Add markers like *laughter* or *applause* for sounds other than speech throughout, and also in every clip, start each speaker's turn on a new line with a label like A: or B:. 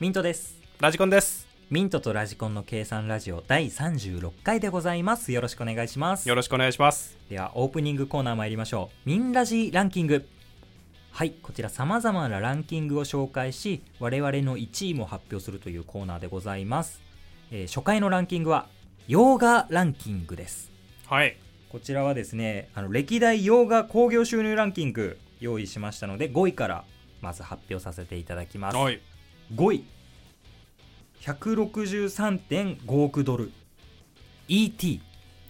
A: ミントです
B: ラジコンです
A: ミントとラジコンの計算ラジオ第36回でございますよろしくお願いします
B: よろしくお願いします
A: ではオープニングコーナー参りましょうミンラジランキングはいこちらさまざまなランキングを紹介し我々の1位も発表するというコーナーでございます、えー初回のランキングは洋画ランキングです
B: はい
A: こちらはですねあの歴代洋画興行収入ランキング用意しましたので5位からまず発表させていただきます
B: はい
A: 5位163.5億ドル ET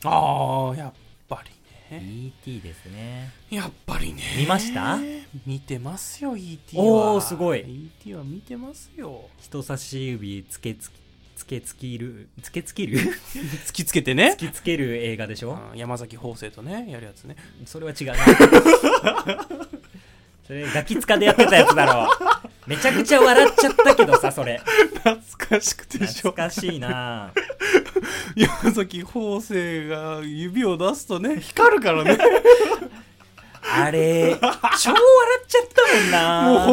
B: ああやっぱりね
A: ET ですね
B: やっぱりね
A: 見ました
B: 見てますよ ET は
A: おーすごい
B: ET は見てますよ
A: 人差し指つけつきつけつきるつけつきる *laughs*
B: 突きつけてね
A: つきつける映画でしょ
B: うん山崎邦生とねやるやつね
A: それは違うな *laughs* それガキ使でやってたやつだろめちゃくちゃ笑っちゃったけどさそれ
B: 懐かしくて
A: 懐かしいな
B: 山崎邦生が指を出すと *laughs* ね光るからね
A: あれ超笑っちゃったもん
B: もう
A: な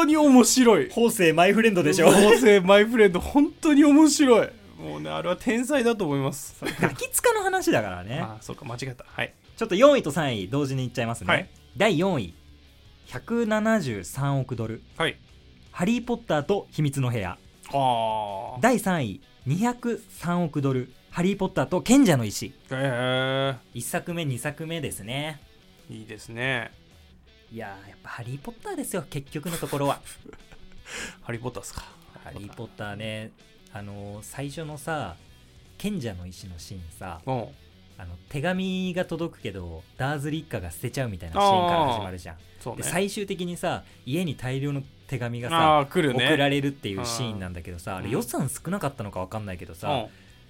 B: 本当に面白い
A: ほうせいマイフレンドでしょ
B: 邦生マイフレンド本当に面白いもうねあれは天才だと思います
A: ガキ使の話だからね
B: あそうか間違ったはい
A: ちょっと4位と3位同時にいっちゃいますね、
B: はい
A: 第4位173億ドル
B: はい
A: 「ハリー・ポッターと秘密の部屋
B: あ」
A: 第3位203億ドル「ハリー・ポッターと賢者の石
B: あへ」
A: 1作目2作目ですね
B: えいいですね
A: いやーやっぱ「ハリー・ポッター」ですよ結局のところは
B: ハリー・ポッターですか
A: *laughs* 「ハリー・ポッターね」あのー最初のさ賢者の石のシーンさ
B: うん
A: あの手紙が届くけどダーズリ一家が捨てちゃうみたいなシーンから始まるじゃん、
B: そう
A: で
B: ね
A: 最終的にさ家に大量の手紙がさ
B: ああ来るね
A: 送られるっていうシーンなんだけどさ、
B: ん
A: あれ予算少なかったのか分かんないけどさ、
B: うん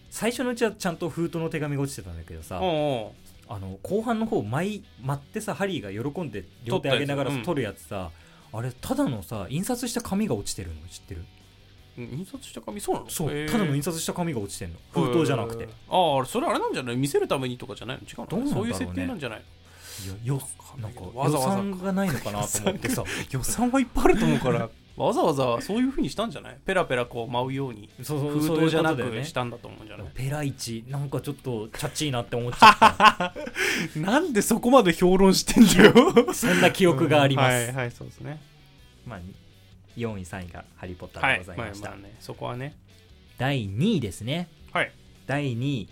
A: 最初のうちはちゃんと封筒の手紙が落ちてたんだけどさ、
B: うんうん
A: あの後半の方舞舞ってさハリーが喜んで両手上げながら
B: 取ったやつうん
A: 取るやつさ、あれただのさ印刷した紙が落ちてるの知ってる
B: うん印刷した紙そうなの
A: そう
B: へえ
A: ただの印刷した紙が落ちてんの封筒じゃなくて
B: へえああそれあれなんじゃない見せるためにとかじゃないの違うの
A: どうなんだろ
B: そうう
A: ね
B: いう設定なんじゃないの
A: いやよなんか
B: わざ
A: 予
B: わざ
A: 算がないのかなと思って *laughs* さ
B: 予算はいっぱいあると思うからわざわざそういうふうにしたんじゃないペラペラこう舞うように
A: そうそう
B: 封
A: そうい
B: 筒
A: う
B: じゃ
A: こ
B: な
A: とだよ
B: く
A: ね
B: したんだと思うんじゃない
A: ペライチなんかちょっとチャッチーなって思っちゃった
B: なんでそこまで評論してんだ *laughs*
A: *laughs*
B: よ
A: そんな記憶があります、
B: はいはいそうですね
A: まあ、4位3位が「ハリー・ポッター」
B: は
A: で
B: い
A: ござい
B: まあ
A: ました、
B: まあねそこはね
A: 第2位ですね
B: はい
A: 第2位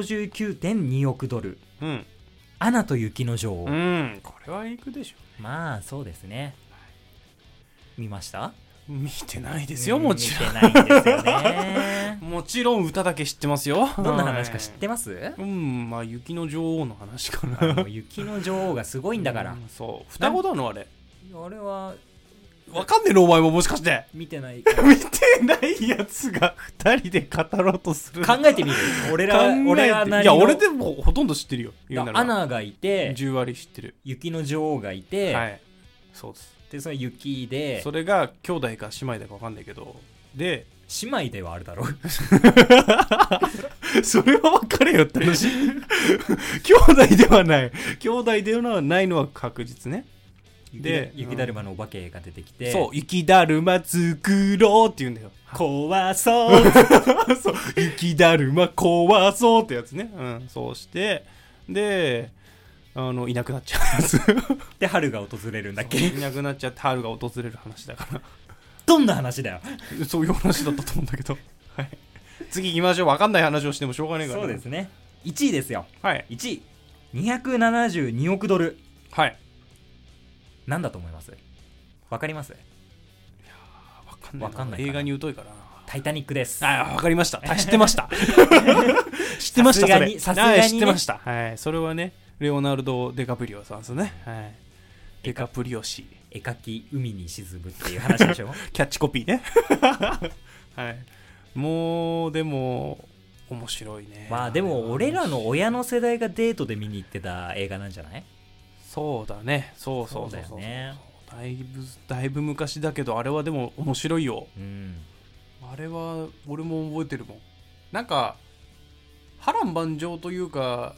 A: 259.2億ドル
B: うん
A: 「アナと雪の女王」
B: うんこれはいくでしょ
A: まあそうですね見ました
B: 見てないですよもちろ
A: ん見てないんですよ
B: *laughs*
A: ね
B: んもちろん歌だけ知ってますよ
A: どんな話か知ってます、
B: はいうんまあ雪の女王の話か
A: あ
B: な
A: の雪の女王がすごいんだから
B: う、んそう双子だのあれ
A: あれは
B: わかんねえのお前ももしかして
A: 見てない
B: 見てないやつが二人で語ろうとする
A: 考えてみ
B: *laughs*
A: る俺ら
B: 考えて
A: 俺らなり
B: いや
A: の
B: 俺でもほとんど知ってるよ言うならば
A: アナがいて
B: 10割知ってる
A: 雪の女王がいて、
B: はいそうです
A: でその雪で
B: それが兄弟か姉妹だか分かんないけどで
A: 姉妹ではあるだろう
B: *laughs* それは別れよって話 *laughs* 兄弟ではない兄弟ではないのは確実ね
A: 雪
B: で
A: だ雪だるまのお化けが出てきて、
B: そう雪だるま作ろうって言
A: *laughs*
B: うんだよ
A: 怖そう
B: そう雪だるま壊そうってやつねうんそうしてであのいなくなっちゃうやつ
A: って春が訪れるんだっけ
B: いなくなっちゃって春が訪れる話だから
A: どんな話だよ
B: *laughs* そういう話だったと思うんだけど、 *laughs* はい、次行きましょう分かんない話をしてもしょうがないから
A: そうですね1位ですよ
B: はい
A: 1位272億ドル
B: はい
A: なんだと思いますわかります
B: 分かんない
A: わかんないかな
B: 映画に疎いからな
A: 「タイタニック」です
B: ああ、わかりました。あ知ってま *laughs* した。知ってまし
A: さす
B: た、
A: が
B: そ
A: に
B: れ。
A: さすがにね
B: はい知ってました。はい。それはね、レオナルド・デカプリオさんですね。はい。デカプリオ氏。
A: 絵描き海に沈むっていう話でしょ
B: キャッチコピー *laughs* ね。はい。もう、でも、面白いね。
A: まあでも俺らの親の世代がデートで見に行ってた映画なんじゃない
B: そうだね。そうそうそう
A: そうだよね
B: だいぶ、だいぶ昔だけど、あれはでも面白いよ。
A: うん
B: あれは俺も覚えてるもんなんか波乱万丈というか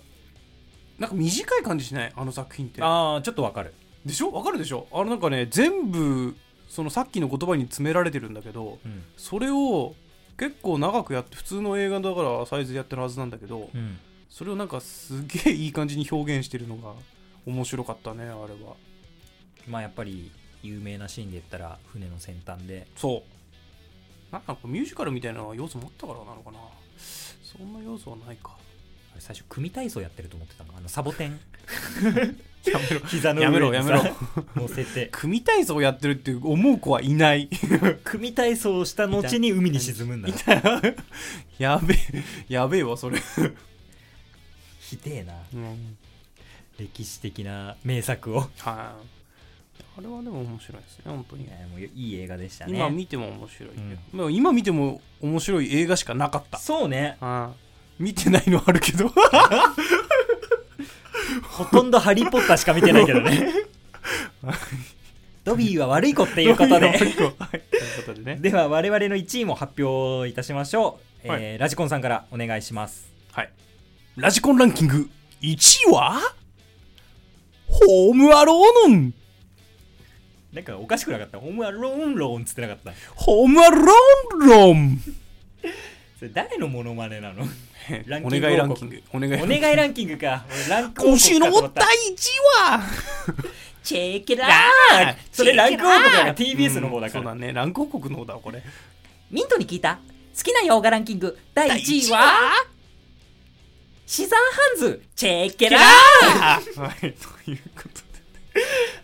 B: なんか短い感じしないあの作品って
A: ああちょっとわかる
B: でしょわかるでしょあれなんかね全部そのさっきの言葉に詰められてるんだけど
A: うん
B: それを結構長くやって普通の映画だからサイズでやってるはずなんだけど
A: うん
B: それをなんかすげえいい感じに表現してるのが面白かったねあれは
A: まあやっぱり有名なシーンで言ったら船の先端で
B: そうなんかこうミュージカルみたいな要素もあったからなのかなそんな要素はないか
A: あれ最初組体操やってると思ってたのあのサボテン
B: やめ
A: *laughs*
B: ろ
A: 膝の
B: やめろ
A: 上
B: や
A: に
B: め
A: さ
B: ろ
A: *laughs* 乗せて
B: 組体操やってるって思う子はいない
A: 組体操をした後に海に沈むんだ
B: *laughs* やべえやべえわそれ、
A: ひでえな歴史的な名作を
B: はいあれはでも面白いですね本当
A: *laughs* い
B: に
A: やもういい映画でしたね
B: 今見ても面白い、まあ今見ても面白い映画しかなかった
A: そうね
B: はい見てないのはあるけど
A: ほとんど「ハリー・ポッター」しか見てないけど *laughs* ねドビーは悪い子っていうこと
B: *laughs*
A: で
B: ということでね
A: *laughs* では我々の1位も発表いたしましょう、
B: はい
A: えーラジコンさんからお願いします
B: はいラジコンランキング1位はホームアローノン
A: なんかおかしくなかったホームアローンローンっつってなかった
B: ホームアローンロン
A: それ誰のモノマネなのランキ
B: お
A: ング王国
B: 願い *laughs* ランキングお願い
A: お願いランキングか俺ランク
B: 今週の第1
A: た
B: 位は
A: チェーケラ
B: あ
A: ーそれランク王国だから TBS の方だか
B: うん
A: ら、
B: そうだねランク王国の方だわこれ
A: ミントに聞いた好きな洋画ランキング第1位はシザーハンズチェーケラー
B: はいということ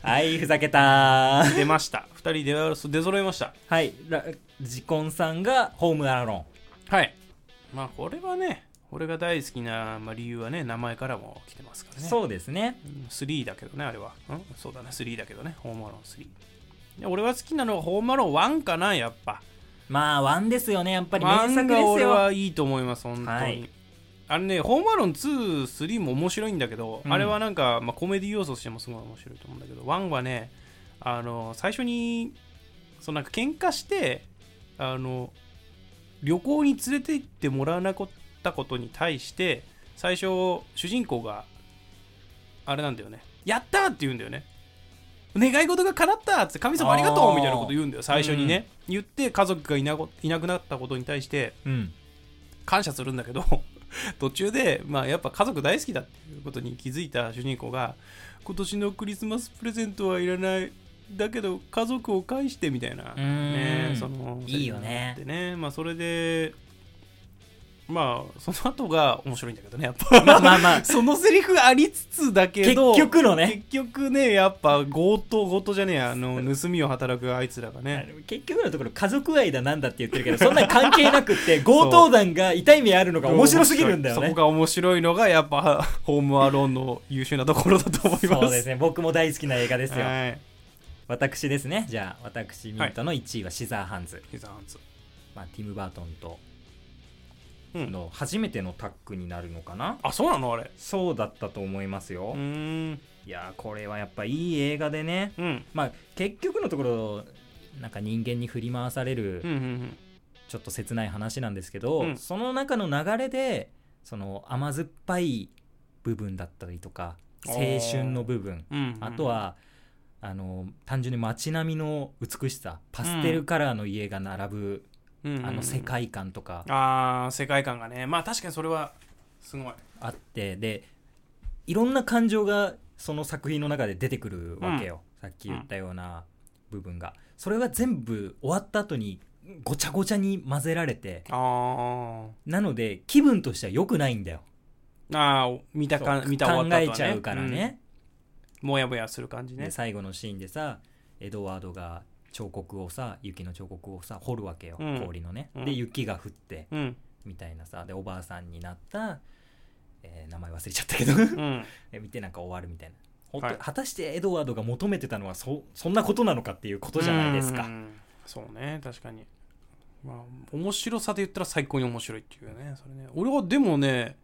A: はいふざけたー
B: で出ました2人出出揃いました
A: はいラジコンさんがホームアローン
B: はいまあこれはね俺が大好きな、まあ、理由はね名前からも来てますからね
A: そうですね
B: うん3だけどねあれは、うん、そうだね3だけどねホームアローン3で俺は好きなのはホームアローン1かなやっぱ
A: まあ、ワンですよね。やっぱり名作
B: 1
A: で
B: が
A: す
B: 俺
A: よ。
B: はいいと思います本当に、
A: はい
B: あれねホームアローン23も面白いんだけど、
A: うん
B: あれはなんか、まあ、コメディ要素としてもすごい面白いと思うんだけど1はねあの最初にそうなんか喧嘩してあの旅行に連れて行ってもらわなかったことに対して最初主人公があれなんだよねやったーって言うんだよね願い事が叶ったーっつって神様ありがと
A: あ
B: う
A: ー
B: みたいなこと言うんだよ最初にね、言って家族がいなこいなくなったことに対して
A: うん。
B: 感謝するんだけど *laughs* 途中で、まあ、やっぱ家族大好きだっていうことに気づいた主人公が今年のクリスマスプレゼントはいらないだけど家族を返してみたいな、
A: うーん
B: ね、その
A: いいよね
B: でね、まあ、それでまあその後が面白いんだけどねやっぱ
A: まあまあまあ
B: *laughs* そのセリフありつつだけ
A: 結
B: ど
A: 局のね。
B: 結局ねやっぱ強盗強盗じゃねえやあの盗みを働くあいつらがね
A: 結局のところ家族愛だなんだって言ってるけどそんな関係なくって *laughs* 強盗団が痛い目あるのが面白すぎるんだよ
B: そ
A: ね
B: こが面白いのがやっぱホームアローンの優秀なところだと思います。
A: そうですね僕も大好きな映画ですよ、
B: はい。
A: 私ですねじゃあ私ミントの1位はシザーハンズ、
B: ヒザーハンズ
A: まあ、ティム・バートンと
B: うん
A: の初めてのタッグになるのかな、
B: あそうなのあれ。
A: そうだったと思いますよ、
B: うーん
A: いやーこれはやっぱいい映画でね
B: うんうん
A: まあ結局のところなんか人間に振り回される
B: うんうん
A: ちょっと切ない話なんですけど、
B: うん
A: その中の流れでその甘酸っぱい部分だったりとか
B: あ
A: 青
B: ー
A: 春の部分
B: うんうん
A: あとは、あの単純に街並みの美しさパステルカラーの家が並ぶ、
B: うんうん
A: あの世界観とか
B: あー世界観がねまあ確かにそれはすごい。
A: あってでいろんな感情がその作品の中で出てくるわけよ、さっき言ったような部分がそれが全部終わった後にごちゃごちゃに混ぜられて
B: あー
A: なので気分としては良くないんだよ
B: あー見たか
A: そう
B: 見た終わった後はね
A: 考えちゃうからね、
B: うんもやもやする感じね
A: で。最後のシーンでさエドワードが彫刻をさ雪の彫刻をさ掘るわけよ、
B: うん
A: 氷のね
B: うん
A: で雪が降って
B: うん
A: みたいなさでおばあさんになった、えー名前忘れちゃったけど
B: うん
A: え *laughs* 見てなんか終わるみたいな本当、
B: はい
A: 果たしてエドワードが求めてたのはそそんなことなのかっていうことじゃないですか、
B: うんそうね確かにまあ面白さで言ったら最高に面白いっていうねそれね俺はでもね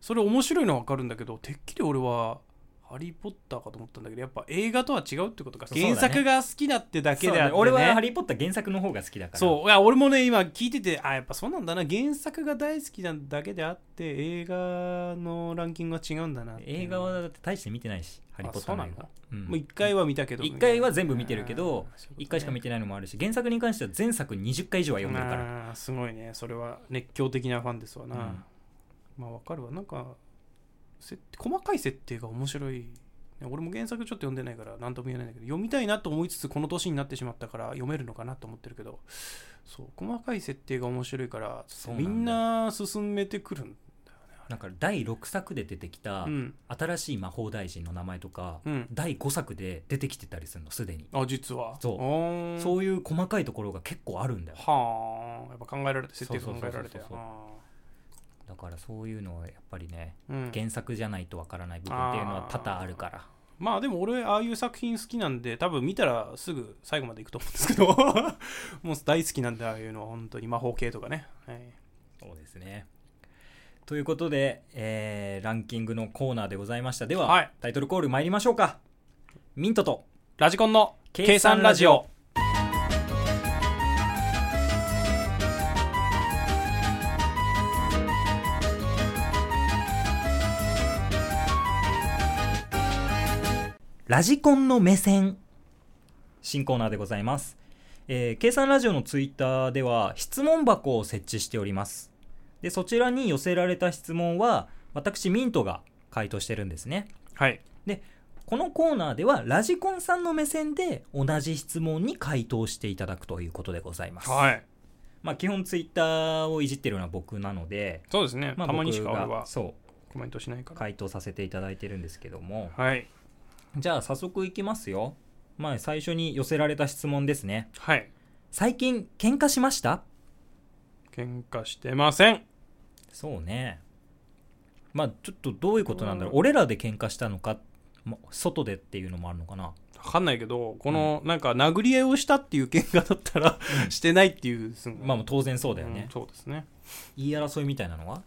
B: それ面白いのは分かるんだけどてっきり俺はハリー・ポッターかと思ったんだけどやっぱ映画とは違うってことか、
A: そうだね
B: 原作が好きだってだけ
A: そう
B: であ
A: だね
B: って、ね
A: 俺はハリー・ポッター原作の方が好きだから
B: そういや俺もね今聞いててあやっぱそうなんだな原作が大好きなだけであって映画のランキングは違うんだなっていう
A: 映画はだって大して見てないしハリー・ポッターの映
B: あ
A: 画うん
B: もう1回は見たけど
A: 一回は全部見てるけど1回しか見
B: て
A: てないのもあるし原作に関しては前作20回以上は
B: ない
A: 読んでるから
B: らすごいねそれは熱狂的なファンですわな、
A: うん
B: まあわかるわなんか設定細かい設定が面白いね俺も原作ちょっと読んでないから何とも言えないんだけど読みたいなと思いつつこの年になってしまったから読めるのかなと思ってるけどそう細かい設定が面白いから
A: そうなんだ
B: み
A: よ
B: んな進めてくるん
A: なんか第6作で出てきた
B: うん
A: 新しい魔法大臣の名前とか、
B: うん
A: 第5作で出てきてたりするのすでに、
B: あ実は
A: そう
B: う
A: そうういう細かいところが結構あるんだよ
B: はあやっぱ考えられて設定が考えら
A: そうそ
B: れて
A: うそうそうそう
B: あ
A: だからそういうのはやっぱりね
B: ーうん
A: 原作じゃないとわからない部分っていうのは多々あるから
B: まあでも俺ああいう作品好きなんで多分見たらすぐ最後までいくと思うんですけど *laughs* もう大好きなんでああいうのは本当に魔法系とかね、はい、
A: そうですねということで、えーランキングのコーナーでございましたでは、
B: はい
A: タイトルコール参りましょうかミントと
B: ラジコンの計算ラジオ
A: ラジコンの目線新コーナーでございます、えー計算ラジオのツイッターでは質問箱を設置しておりますでそちらに寄せられた質問は私ミントが回答してるんですね
B: はい
A: このコーナーではラジコンさんの目線で同じ質問に回答していただくということでございます、
B: はい
A: まあ、基本ツイッターをいじってるのは僕なので、
B: そうですね、
A: まあ、
B: たまにしか
A: 僕
B: 俺
A: が
B: は
A: そ
B: コメントしないうから
A: 回答させていただいてるんですけども
B: はい
A: じゃあ早速いきますよ、まあ、最初に寄せられた質問ですね
B: はい
A: 最近喧嘩しました
B: 喧嘩してません
A: そうねまあちょっとどういうことなんだろう
B: うん
A: 俺らで喧嘩したのか、ま外でっていうのもあるのかな
B: わかんないけどこのなんか殴り合いをしたっていう喧嘩だったら、してないっていうすごい
A: まあ当然そうだよ
B: う
A: ね
B: ん、そうですね
A: 言い争いみたいなのは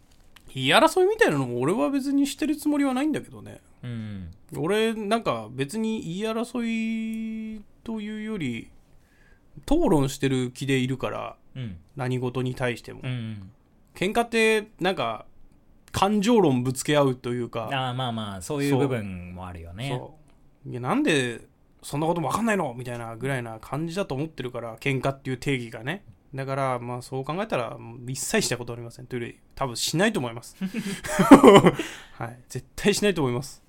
B: 言い争いみたいなのも俺は別にしてるつもりはないんだけどね
A: うん
B: 俺なんか別に言い争いというより討論してる気でいるから
A: うん
B: 何事に対しても、
A: うん
B: 喧嘩ってなんか感情論ぶつけ合うというか
A: ああまあまあそういう部分もあるよね
B: そういやなんでそんなことも分かんないのみたいなぐらいな感じだと思ってるから喧嘩っていう定義がねだからまあそう考えたらもう一切したことありませんというより多分しないと思います
A: *laughs*
B: はい絶対しないと思います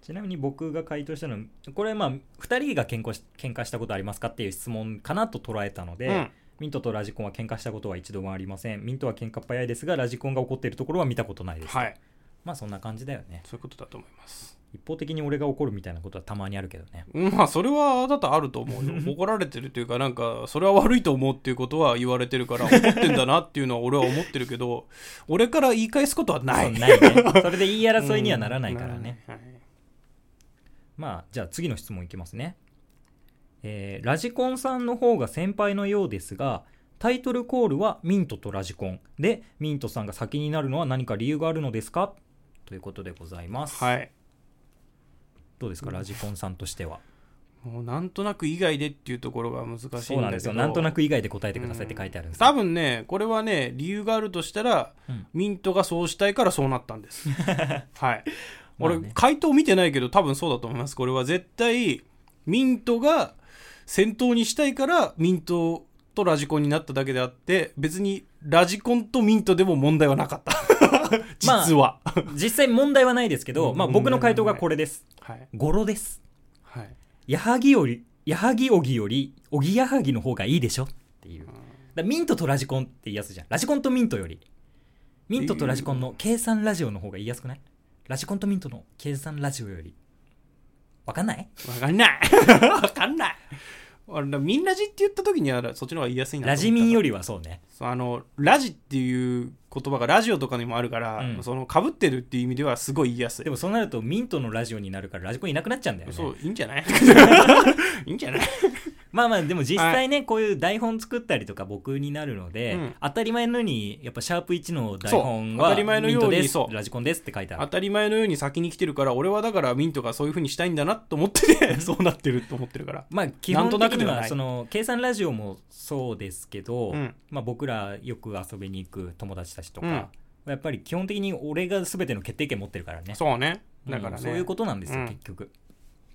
A: ちなみに僕が回答したのこれまあ2人が喧嘩し喧嘩したことありますかっていう質問かなと捉えたので、
B: うん
A: ミントとラジコンは喧嘩したことは一度もありませんミントは喧嘩っ早いですがラジコンが怒っているところは見たことないです、
B: はい
A: まあそんな感じだよね
B: そういうことだと思います
A: 一方的に俺が怒るみたいなことはたまにあるけどね
B: うんまあそれはだってあると思
A: *laughs*
B: うよ怒られてるというかなんかそれは悪いと思うっていうことは言われてるから怒ってんだなっていうのは俺は思ってるけど俺から言い返すことはな
A: そ
B: いう
A: ないねそれで言い争いにはならないからね、、
B: うんはい
A: まあじゃあ次の質問いきますねえーラジコンさんの方が先輩のようですがタイトルコールはミントとラジコンでミントさんが先になるのは何か理由があるのですかということでございます、
B: はい
A: どうですかラジコンさんとしては
B: もうなんとなく以外でっていうところが難しいんだけど
A: そうなんですよなんとなく以外で答えてくださいって書いてあるんですよ
B: 多分ねこれはね理由があるとしたら、
A: うん
B: ミントがそうしたいからそうなったんで
A: *laughs*
B: すはい
A: まあ
B: 俺、
A: ね
B: 回答見てないけど多分そうだと思いますこれは絶対ミントが先頭にしたいからミントとラジコンになっただけであって別にラジコンとミントでも問題はなかった
A: *laughs* まあ
B: 実は、
A: 実際問題はないですけど、
B: うん
A: まあ、僕の回答がこれです
B: はい
A: 語呂です
B: はい
A: 矢作より矢作おぎよりおぎやはぎの方がいいでしょっていうだミントとラジコンって言いやすいじゃんラジコンとミントよりミントとラジコンの計算ラジオの方が言いやすくないラジコンとミントの計算ラジオよりわかんない
B: わか
A: *laughs*
B: んないわかんないあれだミンラジって言った時にはそっちの方が言いやすいなと思
A: ラ
B: った
A: ジミンよりはそうね
B: そうあのラジっていう言葉がラジオとかにもあるから、
A: うん
B: そのかぶってるっていう意味ではすごい言いやすい
A: でもそうなると *laughs* ミントのラジオになるからラジコンいなくなっちゃうんだよね
B: そういいんじゃないいいんじゃない
A: まあまあでも実際ね、こういう台本作ったりとか僕になるので、
B: うん
A: 当たり前のようにやっぱシャープ1の台本は
B: そう当たり前のように
A: ミントです
B: そう
A: ラジコンですって書いてあ
B: 当
A: る
B: たり前のように先に来てるから俺はだからミントがそういうふうにしたいんだなと思っててそうなってると思ってるから
A: まあ基本
B: なんと
A: 的
B: なく
A: に
B: では
A: は
B: ない
A: その計算ラジオもそうですけど、
B: うん
A: まあ、僕らよく遊びに行く友達たちとか、
B: うん
A: やっぱり基本的に俺が全ての決定権持ってるからね
B: そうねだからね、
A: うんそういうことなんですよ、
B: うん
A: 結局、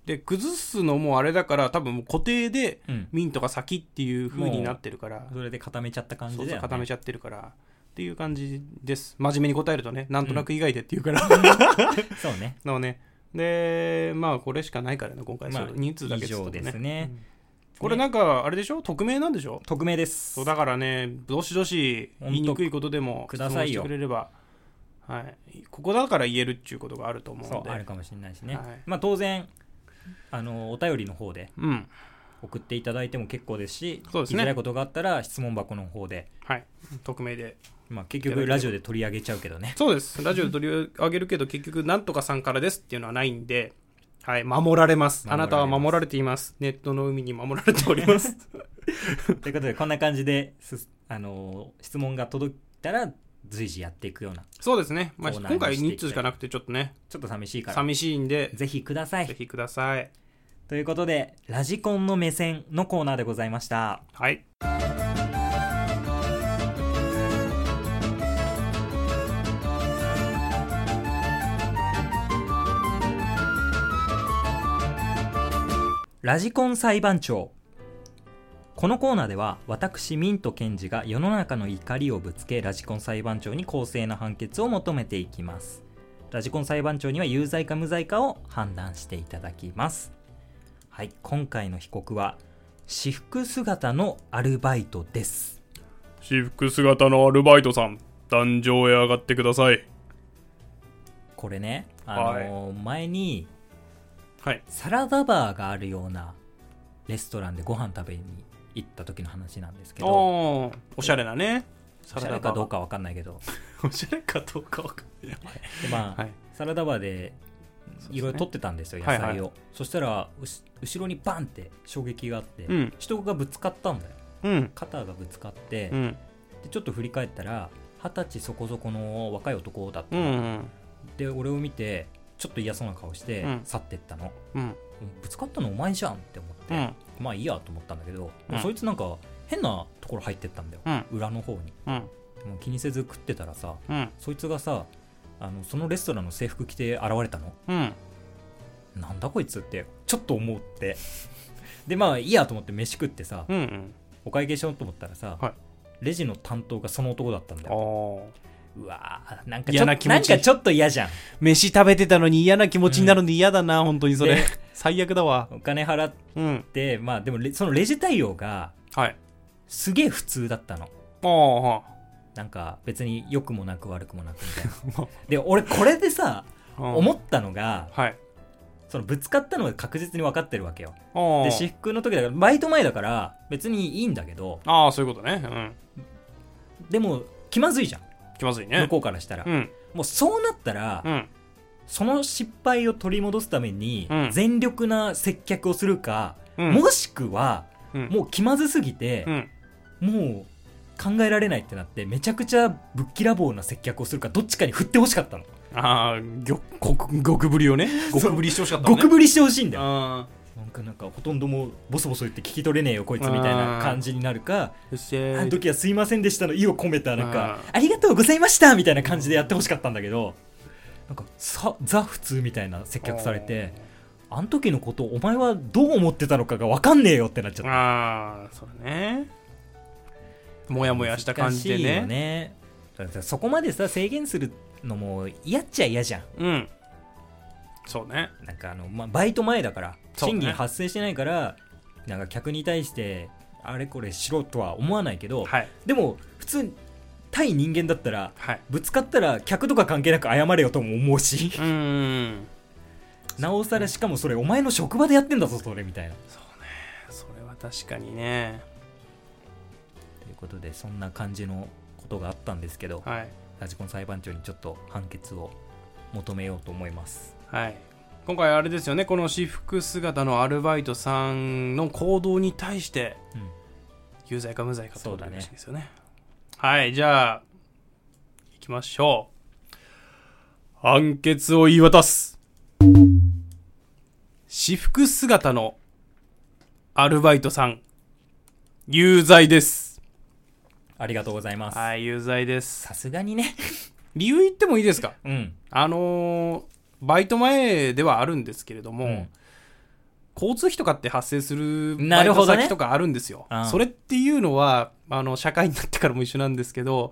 B: で崩すのもあれだから多分もう固定で
A: うん、
B: ミントが先っていう風になってるから
A: それで固めちゃった感じ
B: そう
A: で、
B: そう
A: ね、
B: 固めちゃってるからっていう感じです真面目に答えるとねなんとなく以外でっていうから、
A: *laughs* そうね
B: なのねでまあこれしかないからね今回
A: まあ
B: それ人数だけ
A: 以上です
B: ね
A: ね、
B: これなんかあれでしょ匿名なんでしょ
A: 匿名です
B: そうだからねどしどし
A: ほんと
B: 言いにくいことでも
A: く
B: 質
A: だ
B: 問
A: さいよ
B: してくれればはい、ここだから言えるっていうことがあると思う
A: そ
B: の
A: う
B: で
A: あるかもしれないしね、
B: はい
A: まあ当然あのお便りの方で
B: うん
A: 送っていただいても結構ですし
B: そうですね
A: 言いづらいことがあったら質問箱の方で、
B: はい匿名で
A: まあ、結局ラジオで取り上げちゃうけ
B: *laughs*
A: どね
B: そうですラジオで取り上げるけど結局なんとかさんからですっていうのはないんではい守られます
A: 守られます
B: あなたは守られていますネットの海に守られてお
A: *laughs*
B: ります
A: ということでこんな感じですあの質問が届いたら随時やっていくような
B: そうですね、まあ、
A: コーナーに
B: 今回
A: していきたい
B: 日通しかなくてちょっとね
A: ちょっと寂しいから
B: 寂しいんで
A: ぜひくださ
B: ぜ
A: い
B: ひください
A: ということでラジコンの目線のコーナーでございました
B: はい
A: ラジコン裁判長このコーナーでは私ミント検事が世の中の怒りをぶつけラジコン裁判長に公正な判決を求めていきますラジコン裁判長には有罪か無罪かを判断していただきますはい今回の被告は私服姿のアルバイトです
B: 私服姿のアルバイトさん壇上へ上がってください
A: これねあの前に
B: はい
A: サラダバーがあるようなレストランでご飯食べに行った時の話なんですけど
B: おーおしゃれなね
A: おしゃれかどうかわかんないけど
B: かおしゃれかどうかわかんない
A: でまあ、
B: はい
A: サラダバーで
B: そうですね
A: いろいろ取ってたんですよ野
B: はい
A: 菜を、
B: はい
A: そしたらうし後ろにバンって衝撃があって、
B: うん
A: 人がぶつかったんだよ
B: うん
A: 肩がぶつかって、
B: うん
A: でちょっと振り返ったら二十歳そこそこの若い男だった
B: う
A: の、
B: ん
A: で俺を見てちょっと嫌そうな顔して
B: うん
A: 去ってったの、
B: うん
A: ぶつかったのお前じゃんって思って、
B: うん
A: まあいいやと思ったんだけど、
B: うん
A: そいつなんか変なところ入ってったんだよ、
B: うん
A: 裏の方に
B: うん
A: もう気にせず食ってたらさ
B: うん
A: そいつがさあのそのレストランの制服着て現れたの
B: うん
A: なんだこいつってちょっと思ってでまあいいやと思って飯食ってさ
B: うんうん
A: お会計しようと思ったらさ、
B: はい
A: レジの担当がその男だったんだよ
B: あ
A: うわーなんかちょ
B: 嫌
A: な
B: なん気持ち
A: かちょっと嫌じゃん
B: 飯食べてたのに嫌な気持ちになるの嫌だな、本当にそれ
A: で
B: 最悪だわ
A: お金払っ
B: うん
A: てまあでもレそのレジ対応が
B: はい
A: すげえ普通だったの
B: ああは
A: なんか別に良くもなく悪くもなく
B: *laughs*
A: みたいなで俺これでさ
B: あ
A: 思ったのが
B: はい
A: そのぶつかったのが確実に分かってるわけよ
B: あー
A: で私服の時だからバイト前だから別にいいんだけど
B: ああそういうことねうん
A: でも気まずいじゃん
B: 気まずい
A: 向
B: ね
A: こうからしたら、
B: うん
A: もうそうなったら、
B: うん
A: その失敗を取り戻すために、
B: うん
A: 全力な接客をするか、
B: うん
A: もしくは、
B: うん
A: もう気まずすぎて
B: う、ん
A: もう考えられないってなってめちゃくちゃぶっきらぼうな接客をするかどっちかに振ってほしかったの
B: ああ極ぶり
A: *laughs*
B: をね極ぶりしてほしかったのね
A: 極振りしてほしいんだよ
B: あ
A: なんかなんかほとんどもうボソボソ言って聞き取れねえよこいつみたいな感じになるか
B: あそ
A: 「
B: し
A: あ
B: て
A: の時はすいませんでした」の意を込めたなんか
B: う
A: 「ありがとうございました」みたいな感じでやってほしかったんだけどなんかさザ普通みたいな接客されてあの時のことお前はどう思ってたのかが分かんねえよってなっちゃった
B: ああそうねもやもやした感じ
A: 難
B: で
A: しい
B: ね
A: よねだからさそこまでさ制限するのも嫌っちゃ嫌じゃ
B: うんそうね
A: んなんかあの、まあ、バイト前だから
B: そうね
A: 賃金発生してないから、なんか客に対してあれこれしろとは思わないけど、
B: はい
A: でも普通対人間だったら
B: はい
A: ぶつかったら客とか関係なく謝れよとも思うし
B: うーん
A: なおさらしかもそれお前の職場でやってんだぞそれみたいな
B: それは確かにね
A: ということでそんな感じのことがあったんですけど
B: はい
A: ラジコン裁判長にちょっと判決を求めようと思います
B: はい今回あれですよねこの私服姿のアルバイトさんの行動に対して、
A: うん
B: 有罪か無罪かって
A: そ
B: こ
A: う
B: と
A: だね
B: らしいですよねはいじゃあいきましょう判決を言い渡す私服姿のアルバイトさん有罪です
A: ありがとうございます。
B: はい有罪です
A: さすがにね。
B: 理由言ってもいいですか
A: うん。
B: あのーバイト前ではあるんですけれども、
A: うん
B: 交通費とかって発生するバ
A: な
B: イ
A: るほ
B: ト
A: どね
B: 先とかあるんですよ。
A: うん
B: それっていうのはあの社会になってからも一緒なんですけど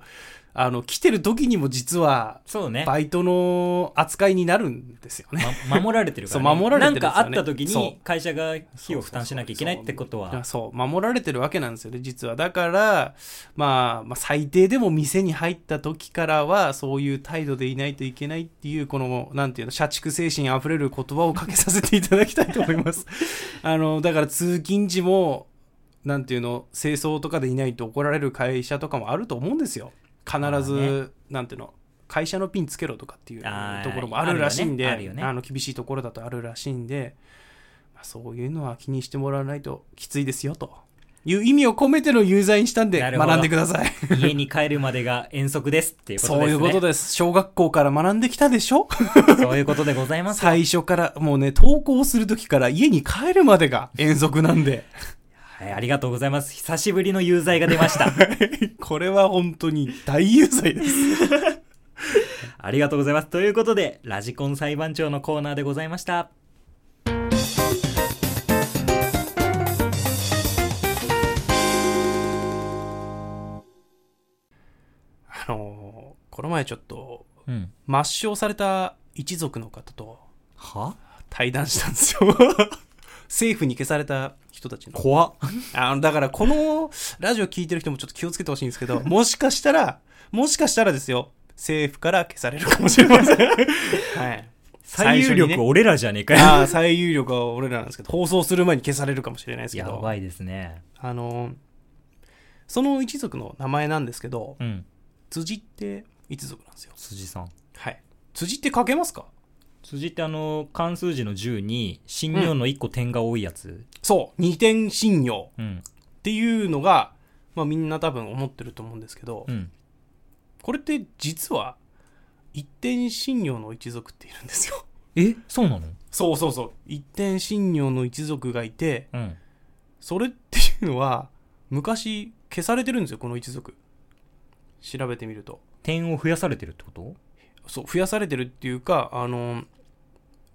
B: あの来てる時にも実は
A: そうね。
B: バイトの扱いになるんですよね。
A: ま守られてるから、ね。
B: そう守られてるんですよ
A: な
B: ね
A: んかあった時
B: そ
A: に会社が費用を負担しなきゃいけないってこと
B: いや
A: は。
B: そう守られてるわけなんですよね実はだから、まあ、まあ最低でも店に入った時からはそういう態度でいないといけないっていうこのなんていうの社畜精神あふれる言葉をかけさせていただきたいと思います
A: *laughs*
B: あのだから通勤時もなんていうの清掃とかでいないと怒られる会社とかもあると思うんですよ必ず、
A: まあね
B: なんていうの会社のピンつけろとかっていう
A: あー
B: ところもあるらしいんで
A: あるよねあるよね
B: あの厳しいところだとあるらしいんで、まあ、そういうのは気にしてもらわないときついですよという意味を込めての有罪にしたんで
A: なるほど
B: 学んでください
A: 家に帰るまでが遠足ですっていうことですね。
B: そういうことです小学校から学んできたでしょ
A: そういうことでございます。
B: 最初からもうね登校する時から家に帰るまでが遠足なんで
A: はい、ありがとうございます。久しぶりの有罪が出ま
B: *laughs*
A: した。
B: これは本当に大有罪です
A: ありがとうございます。ということで、ラジコン裁判長のコーナーでございました。
B: あのーこの前ちょっと
A: うん。
B: 抹消された一族の方と
A: は
B: 対談したんですよ *laughs* 政府に消された人たちの
A: 怖っ。 *laughs*
B: あのだからこのラジオ聞いてる人もちょっと気をつけてほしいんです
A: *laughs*
B: けどもしかしたらもしかしたらですよ政府から消されるかもしれませんはい
A: 最有力
B: を
A: 俺らじゃねえかよ。
B: *laughs* ああ最有力は俺らなんですけど放送する前に消されるかもしれないですけ
A: や
B: ど
A: ばいですね。
B: あのその一族の名前なんですけど
A: うん。
B: 辻って一族なんですよ
A: 辻さん。
B: はい辻って書けますか
A: 辻ってあの、漢数字の10に、新尿の1個点が多いやつ。
B: そう二点信用
A: うん。
B: っていうのが、まあ、みんな多分思ってると思うんですけど、
A: うん。
B: これって実は一点信用の一族っているんですよ
A: えそうなの
B: そうそうそう一点信用の一族がいて
A: うん。
B: それっていうのは昔消されてるんですよこの一族調べてみると
A: 点を増やされてるってこと
B: そう増やされてるっていうかあの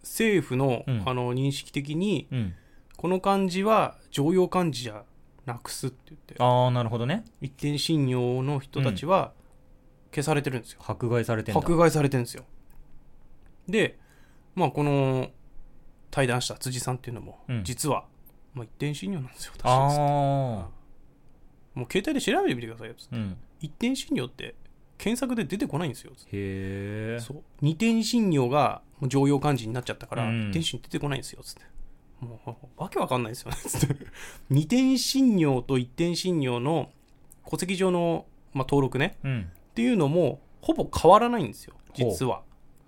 B: 政府の,、
A: うん
B: あの認識的に
A: うん。
B: この漢字は常用漢字じゃなくすって言って
A: ああ、なるほどね。
B: 一点信用の人たちは消されてるんですよ、
A: 迫害されてんだ。
B: 迫害されてるんですよでまあこの対談した辻さんっていうのも、
A: うん
B: 実は、まあ、一点信用なんですよ確かに
A: あ
B: もう携帯で調べてみてくださいよつって
A: あ。うん。
B: 一点信用って検索で出てこないんですよつって
A: へえ。
B: そう二点信用がもう常用漢字になっちゃったから、
A: うん
B: 一点信用出てこないんですよつってもうわけわかんないですよねつって二点信用と一点信用の戸籍上の、まあ、登録ね
A: うん。
B: っていうのもほぼ変わらないんですよ実は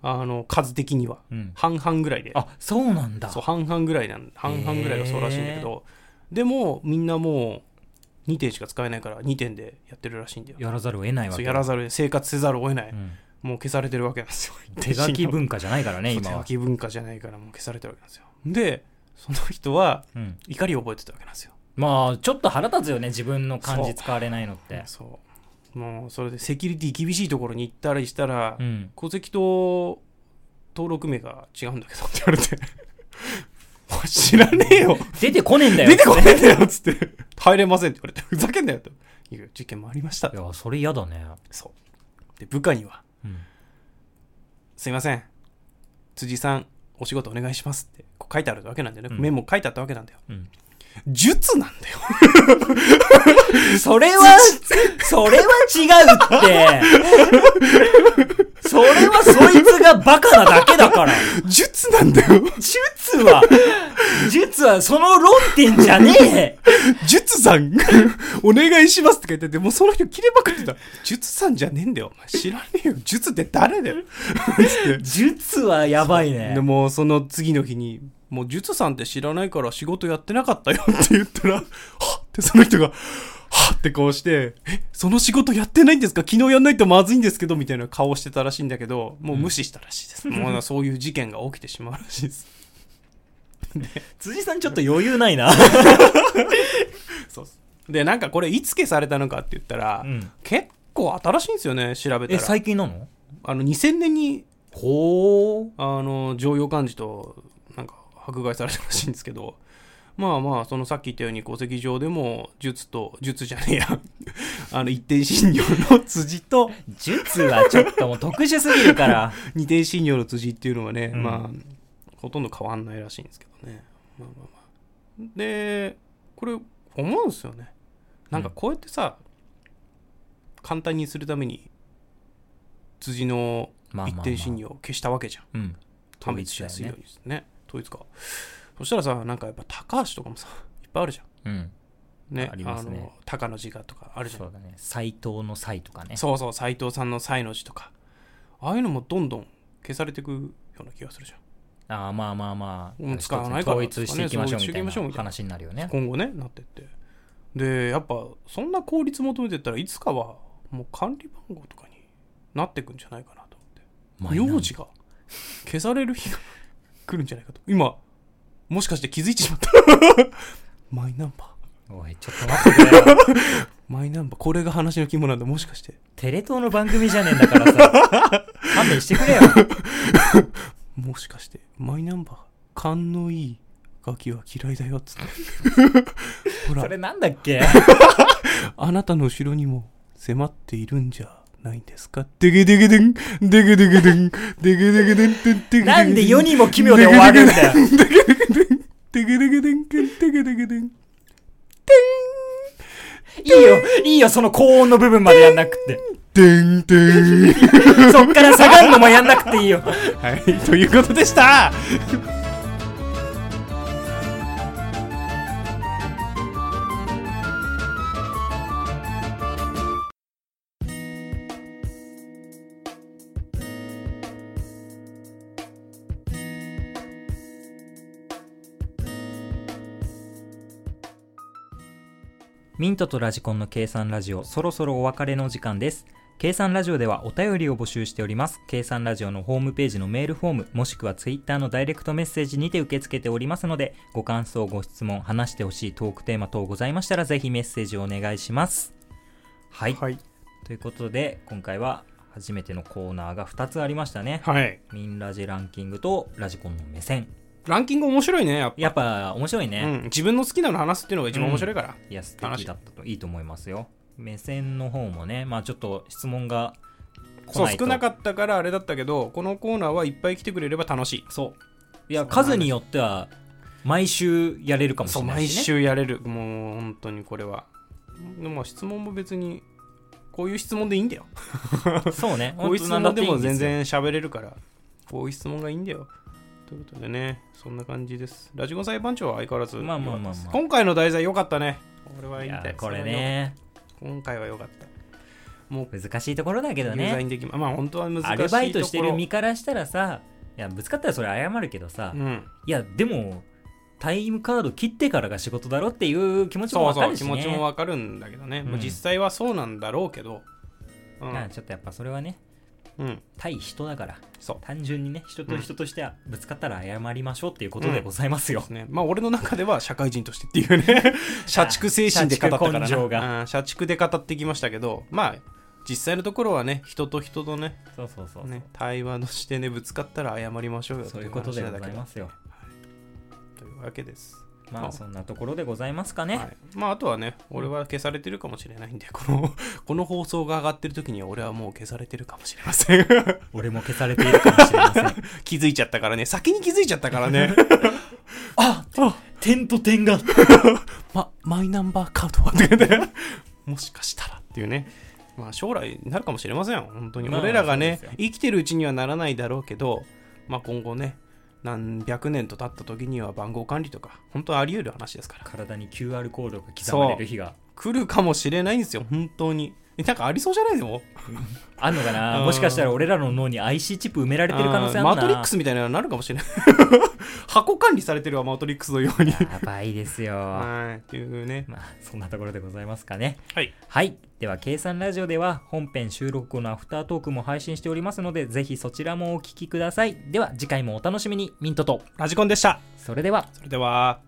B: あの数的には
A: うん。
B: 半々ぐらいで
A: あ、そうなんだ。
B: そう半々ぐらいなん半々ぐらいがそうらしいんだけどでもみんなもう2点しか使えないから2点でやってるらしいんだよ
A: やらざるを得ないわ
B: そ
A: け
B: う
A: だ
B: やらざる生活せざるを得ない、
A: うん
B: もう消されてるわけなんですよ
A: *laughs* 手書き
B: 化
A: 文化じゃないからね、
B: 手
A: 今
B: 書
A: は。
B: き文化じゃないからもう消されてるわけなんですよでその人は
A: うん。
B: 怒りを覚えてたわけなんですよ
A: まあ、ちょっと腹立つよね、自分の漢字使われないのって。
B: そうもうそれでセキュリティ厳しいところに行ったりしたら、
A: うん。
B: 戸籍と登録名が違うんだけどって言われて *laughs* もう知らねえよ
A: 出てこねえんだよ。
B: 出てこねえんだよっつって *laughs* 入れませんって言われてふざけんなよという事件もありました
A: いや、それ嫌だね。
B: そうで部下には
A: うん。
B: 「すいません辻さんお仕事お願いします」ってこう書いてあるわけなんだよね、
A: うん
B: メモ書いてあったわけなんだよ
A: うん。
B: 術なんだよ
A: それは、それは違うって。それはそいつがバカなだけだから。
B: 術なんだよ
A: 術は、術はその論点じゃねえ
B: *laughs* 術さん *laughs* お願いしますって書いててもうその人切れまくってた術さんじゃねえんだよお前知らねえよ術って誰 *laughs* だよつって
A: 術はやばいね
B: で。もうその次の日に「もう術さんって知らないから仕事やってなかったよ」って言ったら「はっ」 *laughs* ってその人が「はっ」って顔して「えその仕事やってないんですか昨日やんないとまずいんですけど」みたいな顔してたらしいんだけどもう無視したらしいです、もうそういう事件が起きてしまうらしいです
A: 辻さんちょっと余裕ないな。
B: そうでなんかこれいつ消されたのかって言ったら、
A: うん
B: 結構新しいんですよね調べた
A: え、
B: ら
A: 最近なの
B: あの2000年に
A: ほー。
B: あの常用漢字となんか迫害されたらしいんですけどまあまあそのさっき言ったように戸籍上でも術と術じゃねえや *laughs* あの一点診療の辻と
A: 術はちょっともう特殊すぎる
B: *laughs*
A: から。
B: 二点診療の辻っていうのはね、
A: うん
B: まあほとんど変わんないらしいんですけどねまあまあまあでこれ思うんですよねなんかこうやってさ、簡単にするために辻の
A: まあまあまあ
B: 一点診療を消したわけじゃん
A: うん。
B: 判別しやすいようにですね統一かそしたらさなんかやっぱ高橋とかもさ *laughs* いっぱいあるじゃ
A: うん。
B: んね
A: ありますね
B: の高の字がとかあるじゃん
A: そうだね。斎藤の斎とかね。
B: そうそう斎藤さんの才の字とかああいうのもどんどん消されていくような気がするじゃ
A: ああ、まあまあま
B: う
A: あ。
B: ん使わないから
A: 一つね統一していきましょうみたい
B: 統一していきましょうみ
A: な
B: たいな
A: 話になるよ
B: ん
A: ね。
B: 今後ねなってってでやっぱそんな効率求めてったらいつかはもう管理番号とかになっていくんじゃないかなと
A: まあ
B: 思って名字が消される日が来るんじゃないかと今もしかして気づいてしまった *laughs* マイナンバー
A: おい、ちょっと待ってくれよ。
B: マイナンバーこれが話の肝なんだもしかして
A: テレ東の番組じゃねえんだからさ。 *laughs* 勘弁してくれよ。
B: もしかしてマイナンバー勘のいいガキは嫌いだよっつってほ
A: そ
B: ら
A: れなんだっけ
B: あなたの後ろにも迫っているんじゃないんですかデゲデゲデンデゲデゲデンデゲデゲデンデンデゲデゲデ
A: *laughs*
B: ン
A: なんで世にも奇妙で終わるん *laughs* だよ。
B: デゲデゲデンデゲデゲデンデゲデゲデン
A: いいよ、いいよ、その高音の部分までやんなく *laughs* て。
B: デンデン
A: そっから下がるのもやんなくていいよ。
B: はいということでした
A: ミントとラジコンの計算ラジオ、そろそろお別れの時間です。計算ラジオではお便りを募集しております。計算ラジオのホームページのメールフォーム、もしくはツイッターのダイレクトメッセージにて受け付けておりますので、ご感想、ご質問、話してほしいトークテーマ等ございましたら、ぜひメッセージをお願いします。はい。
B: はい
A: ということで、今回は初めてのコーナーが2つありましたね。
B: はい
A: ミンラジランキングとラジコンの目線。
B: ランキング面白いねやっぱ
A: やっぱ面白いね。
B: うん、自分の好きなの話すっていうのが一番面白いから、
A: いや、素敵だったといいと思いますよ。目線の方もね、まあちょっと質問が来
B: そう
A: ないと。
B: 少なかったからあれだったけどこのコーナーはいっぱい来てくれれば楽しい
A: そう。いや、数によっては、毎週やれるかもし
B: そう
A: れない
B: 毎
A: し、ね。
B: 週やれるもう本当にこれはでも質問も別にこういう質問でいいんだよ
A: 毎週。そう *laughs* ね。
B: こういう質
A: 本当なんだ
B: 問で
A: っていい
B: も
A: んすよ
B: 全。然喋れるからこういう質問がいいんだよということでねそんな感じですラジコン裁判長は相変わらず
A: まあまあまあまあ
B: 良かったです今回の題材良かったね俺はい言いた
A: や
B: い、
A: これね、
B: 今回は良かった
A: 難しいところだけど
B: デザイ
A: ね。
B: ンできままあ本当は難しいところ
A: アルバイトしてる身からしたらさ、いや、ぶつかったらそれ謝るけどさ、
B: うん
A: いや、でも、タイムカード切ってからが仕事だろっていう気持ちも
B: そう
A: わか
B: そう、
A: るし
B: 気
A: ね。
B: 持ちもわかるんだけどね、
A: うん
B: もう実際はそうなんだろうけど、うん
A: まあちょっとやっぱそれはね、
B: うん、
A: 対人だから。
B: そう
A: 単純にね人と人としてはぶつかったら謝りましょうっていうことでございますよ、
B: ですねまあ俺の中では社会人としてっていうね社畜精神で語ったから
A: 社
B: な
A: 畜根性が
B: うん社畜で語ってきましたけどまあ実際のところはね人と人とね
A: そうそうそうそう、
B: ね対話のしてねぶつかったら謝りましょうよ
A: そういうことでござい
B: という話な
A: ま
B: だ
A: すよ
B: けどというわけです、
A: まあそんなところでございますかね、
B: はい、まああとはね俺は消されてるかもしれないんでこのこの放送が上がってる時には俺はもう消されてるかもしれません
A: 俺も消されているかもしれません
B: *laughs* 気づいちゃったからね先に気づいちゃったから *laughs* ね
A: あ点と点が
B: ま、マイナンバーカードはって言って *laughs* もしかしたらっていうね、まあ、将来なるかもしれませんよ本当に、
A: まあ
B: 俺らが
A: そうで
B: ね
A: すよ
B: 生きてるうちにはならないだろうけど、まあ、今後ね何百年と経った時には番号管理とか本当あり得る話ですから
A: 体に QR コードが刻まれる日が
B: 来るかもしれないんですよ本当にえなんかありそうじゃないでも
A: あんのかな
B: うん
A: もしかしたら俺らの脳に IC チップ埋められてる可能性あ
B: あー
A: るな
B: マトリックスみたいなのになるかもしれない *laughs* 箱管理されてるわマトリックスのように
A: やばいですよ
B: *laughs* はいっていうね
A: まあそんなところでございますかね
B: はい
A: はいでは計算ラジオでは本編収録後のアフタートークも配信しておりますのでぜひそちらもお聞きくださいでは次回もお楽しみにミントと
B: ラジコンでした
A: それでは
B: それでは